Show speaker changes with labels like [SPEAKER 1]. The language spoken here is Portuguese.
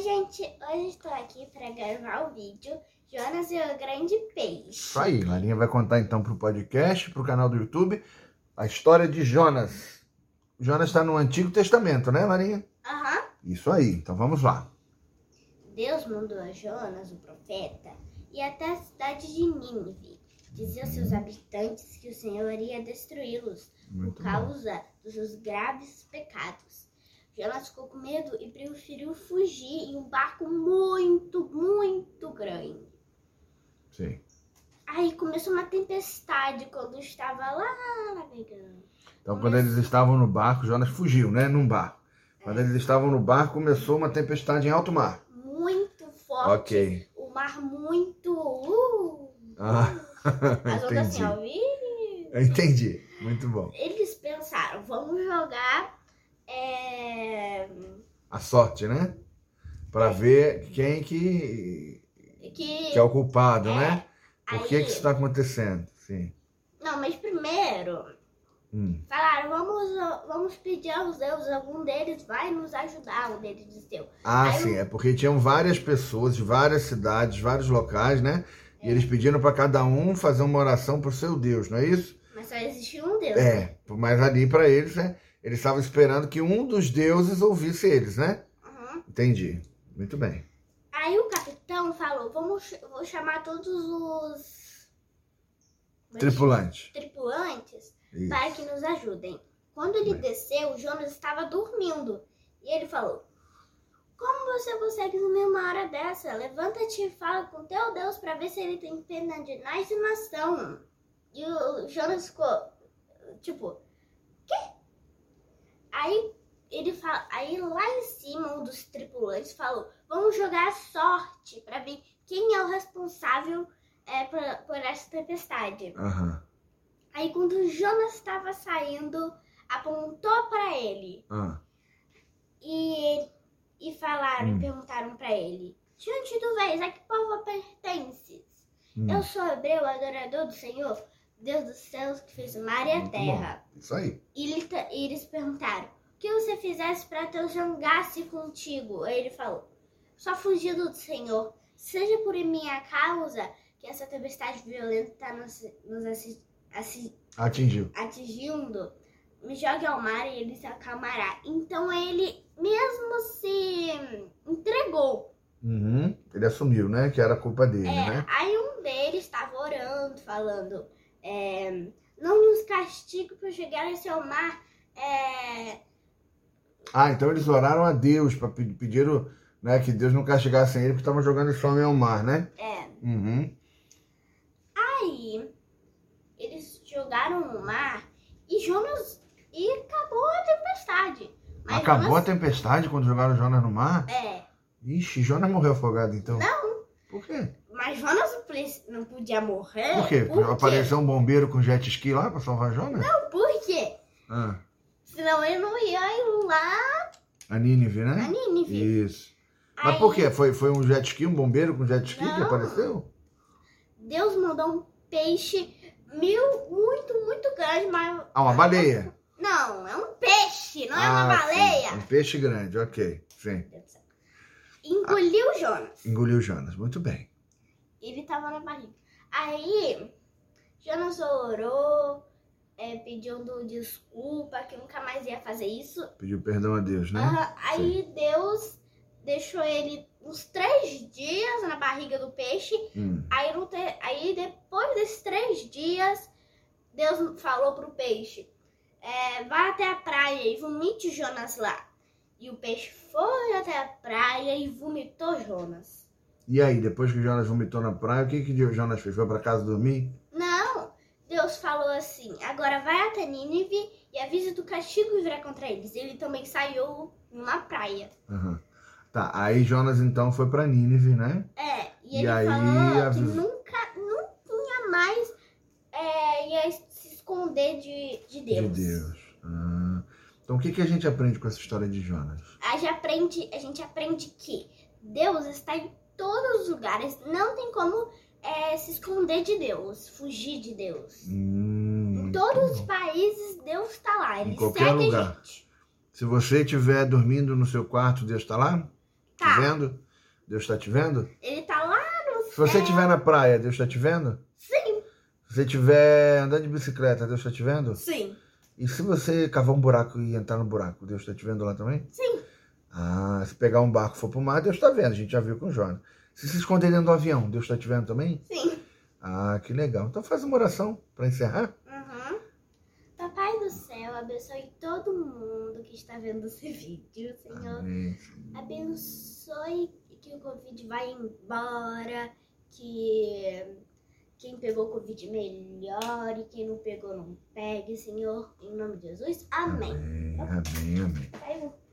[SPEAKER 1] gente, hoje estou aqui para gravar o vídeo Jonas e o Grande Peixe.
[SPEAKER 2] Isso aí, Larinha vai contar então pro podcast, pro canal do YouTube, a história de Jonas. Jonas está no Antigo Testamento, né, Larinha?
[SPEAKER 1] Aham.
[SPEAKER 2] Isso aí, então vamos lá.
[SPEAKER 1] Deus mandou a Jonas, o profeta, ir até a cidade de Nínive, dizer aos seus habitantes que o Senhor ia destruí-los por
[SPEAKER 2] Muito bom.
[SPEAKER 1] causa dos seus graves pecados. Jonas ficou com medo e preferiu fugir em um barco muito, muito grande.
[SPEAKER 2] Sim.
[SPEAKER 1] Aí começou uma tempestade quando estava lá navegando.
[SPEAKER 2] Então, quando eles estavam no barco, Jonas fugiu, né, num barco. Quando eles estavam no barco, começou uma tempestade em alto mar.
[SPEAKER 1] Muito forte.
[SPEAKER 2] Ok.
[SPEAKER 1] o mar muito. Uh,
[SPEAKER 2] Ah,
[SPEAKER 1] as ondas assim,
[SPEAKER 2] entendi.
[SPEAKER 1] ó. ih.
[SPEAKER 2] Entendi. Muito bom.
[SPEAKER 1] Eles pensaram, vamos jogar. é,
[SPEAKER 2] A sorte, né? Pra ver quem que,
[SPEAKER 1] que.
[SPEAKER 2] que é o culpado,
[SPEAKER 1] É.
[SPEAKER 2] né? Por que
[SPEAKER 1] Aí-
[SPEAKER 2] que isso está acontecendo? Sim.
[SPEAKER 1] Não, mas primeiro
[SPEAKER 2] Hum.
[SPEAKER 1] falaram, vamos, vamos pedir aos deuses, algum deles vai nos ajudar, um deles deu.
[SPEAKER 2] Ah,
[SPEAKER 1] Aí
[SPEAKER 2] sim, é porque tinham várias pessoas, de várias cidades, vários locais, né? E eles pediram para cada um fazer uma oração pro seu Deus, não é isso?
[SPEAKER 1] Mas só existiu um deus. né?
[SPEAKER 2] É, mas ali para eles, né? Eles estavam esperando que um dos deuses ouvisse eles, né?
[SPEAKER 1] Aham.
[SPEAKER 2] Entendi. Muito bem.
[SPEAKER 1] Uhum. Aí o capitão falou, vamos ch- vou chamar todos os como é que
[SPEAKER 2] Tripulante.
[SPEAKER 1] tripulantes
[SPEAKER 2] Isso.
[SPEAKER 1] para que nos ajudem. Quando ele
[SPEAKER 2] Bem.
[SPEAKER 1] desceu, o Jonas estava dormindo e ele falou: Como você consegue dormir uma hora dessa? Levanta-te e fala com teu Deus para ver se ele tem pena de nós e nós não." E o Jonas ficou tipo: Quê? Aí ele fala, aí lá em cima um dos tripulantes falou: Vamos jogar a sorte para ver quem é o responsável é, por, por essa tempestade.
[SPEAKER 2] Aham.
[SPEAKER 1] Aí quando o Jonas estava saindo, apontou para ele
[SPEAKER 2] Ah,
[SPEAKER 1] e, e falaram,
[SPEAKER 2] Hum.
[SPEAKER 1] perguntaram para ele: De onde tu vens? A que povo pertences?
[SPEAKER 2] hum,
[SPEAKER 1] Eu sou hebreu, adorador do Senhor, Deus dos céus que fez o mar e a
[SPEAKER 2] Muito
[SPEAKER 1] terra.
[SPEAKER 2] Isso aí.
[SPEAKER 1] E, ele ta- e eles perguntaram: O que você fizesse para que eu jangasse contigo? Aí ele falou: Só fugido do Senhor. Seja por minha causa que essa tempestade violenta está nos, nos assi- assi-
[SPEAKER 2] Atingiu.
[SPEAKER 1] atingindo, me jogue ao mar e ele se acalmará. Então ele mesmo se entregou.
[SPEAKER 2] Uhum. Ele assumiu, né? Que era culpa dele,
[SPEAKER 1] É,
[SPEAKER 2] né?
[SPEAKER 1] aí um deles estava orando, falando: é, Não nos castigue por chegar a seu mar. É,
[SPEAKER 2] Ah, então eles oraram a Deus para pediram, né? Que Deus não castigasse ele porque estavam jogando esse homem ao mar, né?
[SPEAKER 1] é.
[SPEAKER 2] Uhum.
[SPEAKER 1] Aí eles jogaram no mar e Jonas. E acabou a tempestade. Mas
[SPEAKER 2] Acabou
[SPEAKER 1] Jonas-
[SPEAKER 2] a tempestade quando jogaram Jonas no mar?
[SPEAKER 1] É.
[SPEAKER 2] Ixi, Jonas morreu afogado então.
[SPEAKER 1] Não,
[SPEAKER 2] Por quê?
[SPEAKER 1] mas Jonas não pre- não podia morrer.
[SPEAKER 2] Por quê? Apareceu um bombeiro com jet ski lá pra salvar Jonas? Não.
[SPEAKER 1] Por quê?
[SPEAKER 2] Ah,
[SPEAKER 1] Senão ele não ia um ir lá
[SPEAKER 2] a Nínive,
[SPEAKER 1] na
[SPEAKER 2] né?
[SPEAKER 1] Nínive.
[SPEAKER 2] Isso. Mas por quê? Foi, foi um jet ski, um bombeiro com jet ski que
[SPEAKER 1] Não.
[SPEAKER 2] apareceu?
[SPEAKER 1] Deus mandou um peixe mil, muito, muito grande, mas.
[SPEAKER 2] Ah, uma baleia.
[SPEAKER 1] Não, é um peixe, não é uma
[SPEAKER 2] Ah, sim.
[SPEAKER 1] baleia.
[SPEAKER 2] Um peixe grande, ok. Sim.
[SPEAKER 1] Engoliu o Jonas.
[SPEAKER 2] Engoliu Jonas. Muito bem.
[SPEAKER 1] Ele tava na barriga. Aí, Jonas orou, é, pedindo desculpa, que nunca mais ia fazer isso.
[SPEAKER 2] Pediu perdão a Deus, né?
[SPEAKER 1] Aham, Aí Deus deixou ele uns três dias na barriga do peixe
[SPEAKER 2] Hum.
[SPEAKER 1] Aí, não te- aí depois desses três dias, Deus falou pro peixe: é, vá até a praia e vomite Jonas lá. E o peixe foi até a praia e vomitou Jonas.
[SPEAKER 2] E aí, depois que Jonas vomitou na praia, o que que Jonas fez? Foi pra casa dormir?
[SPEAKER 1] Não! Deus falou assim: agora vai até Nínive e avise do castigo que virá contra eles. Ele também saiu numa praia.
[SPEAKER 2] Aham. Tá, aí Jonas então foi pra Nínive, né?
[SPEAKER 1] É, e
[SPEAKER 2] E
[SPEAKER 1] ele
[SPEAKER 2] aí,
[SPEAKER 1] falou que
[SPEAKER 2] avis-
[SPEAKER 1] nunca, nunca mais é, ia se esconder de, de Deus.
[SPEAKER 2] De Deus. Ah. Então o que, que a gente aprende com essa história de Jonas?
[SPEAKER 1] A gente aprende, a gente aprende que Deus está em todos os lugares. Não tem como é, se esconder de Deus, fugir de Deus.
[SPEAKER 2] Hum,
[SPEAKER 1] Em todos os
[SPEAKER 2] muito bom.
[SPEAKER 1] países, Deus está lá.
[SPEAKER 2] Em
[SPEAKER 1] Ele
[SPEAKER 2] qualquer
[SPEAKER 1] segue a
[SPEAKER 2] lugar.
[SPEAKER 1] gente.
[SPEAKER 2] Se você estiver dormindo no seu quarto, Deus está lá?
[SPEAKER 1] Tá Tá.
[SPEAKER 2] te vendo? Deus está te vendo?
[SPEAKER 1] Ele tá lá no
[SPEAKER 2] Se você
[SPEAKER 1] céu.
[SPEAKER 2] estiver na praia, Deus está te vendo?
[SPEAKER 1] Sim,
[SPEAKER 2] Se você estiver andando de bicicleta, Deus está te vendo?
[SPEAKER 1] sim,
[SPEAKER 2] E se você cavar um buraco e entrar no buraco, Deus está te vendo lá também?
[SPEAKER 1] sim.
[SPEAKER 2] Ah, se pegar um barco e for pro mar, Deus está vendo, a gente já viu com o Jonas. Se se esconder dentro do avião, Deus está te vendo também?
[SPEAKER 1] Sim.
[SPEAKER 2] Ah, que legal. Então faz uma oração para encerrar.
[SPEAKER 1] Uhum. Papai do céu, abençoe todo mundo que está vendo esse vídeo, Senhor.
[SPEAKER 2] Amém.
[SPEAKER 1] Abençoe que o Covid vai embora, que quem pegou Covid melhore, quem não pegou não pegue, Senhor. Em nome de Jesus, amém.
[SPEAKER 2] Amém, amém, amém.
[SPEAKER 1] Saiu.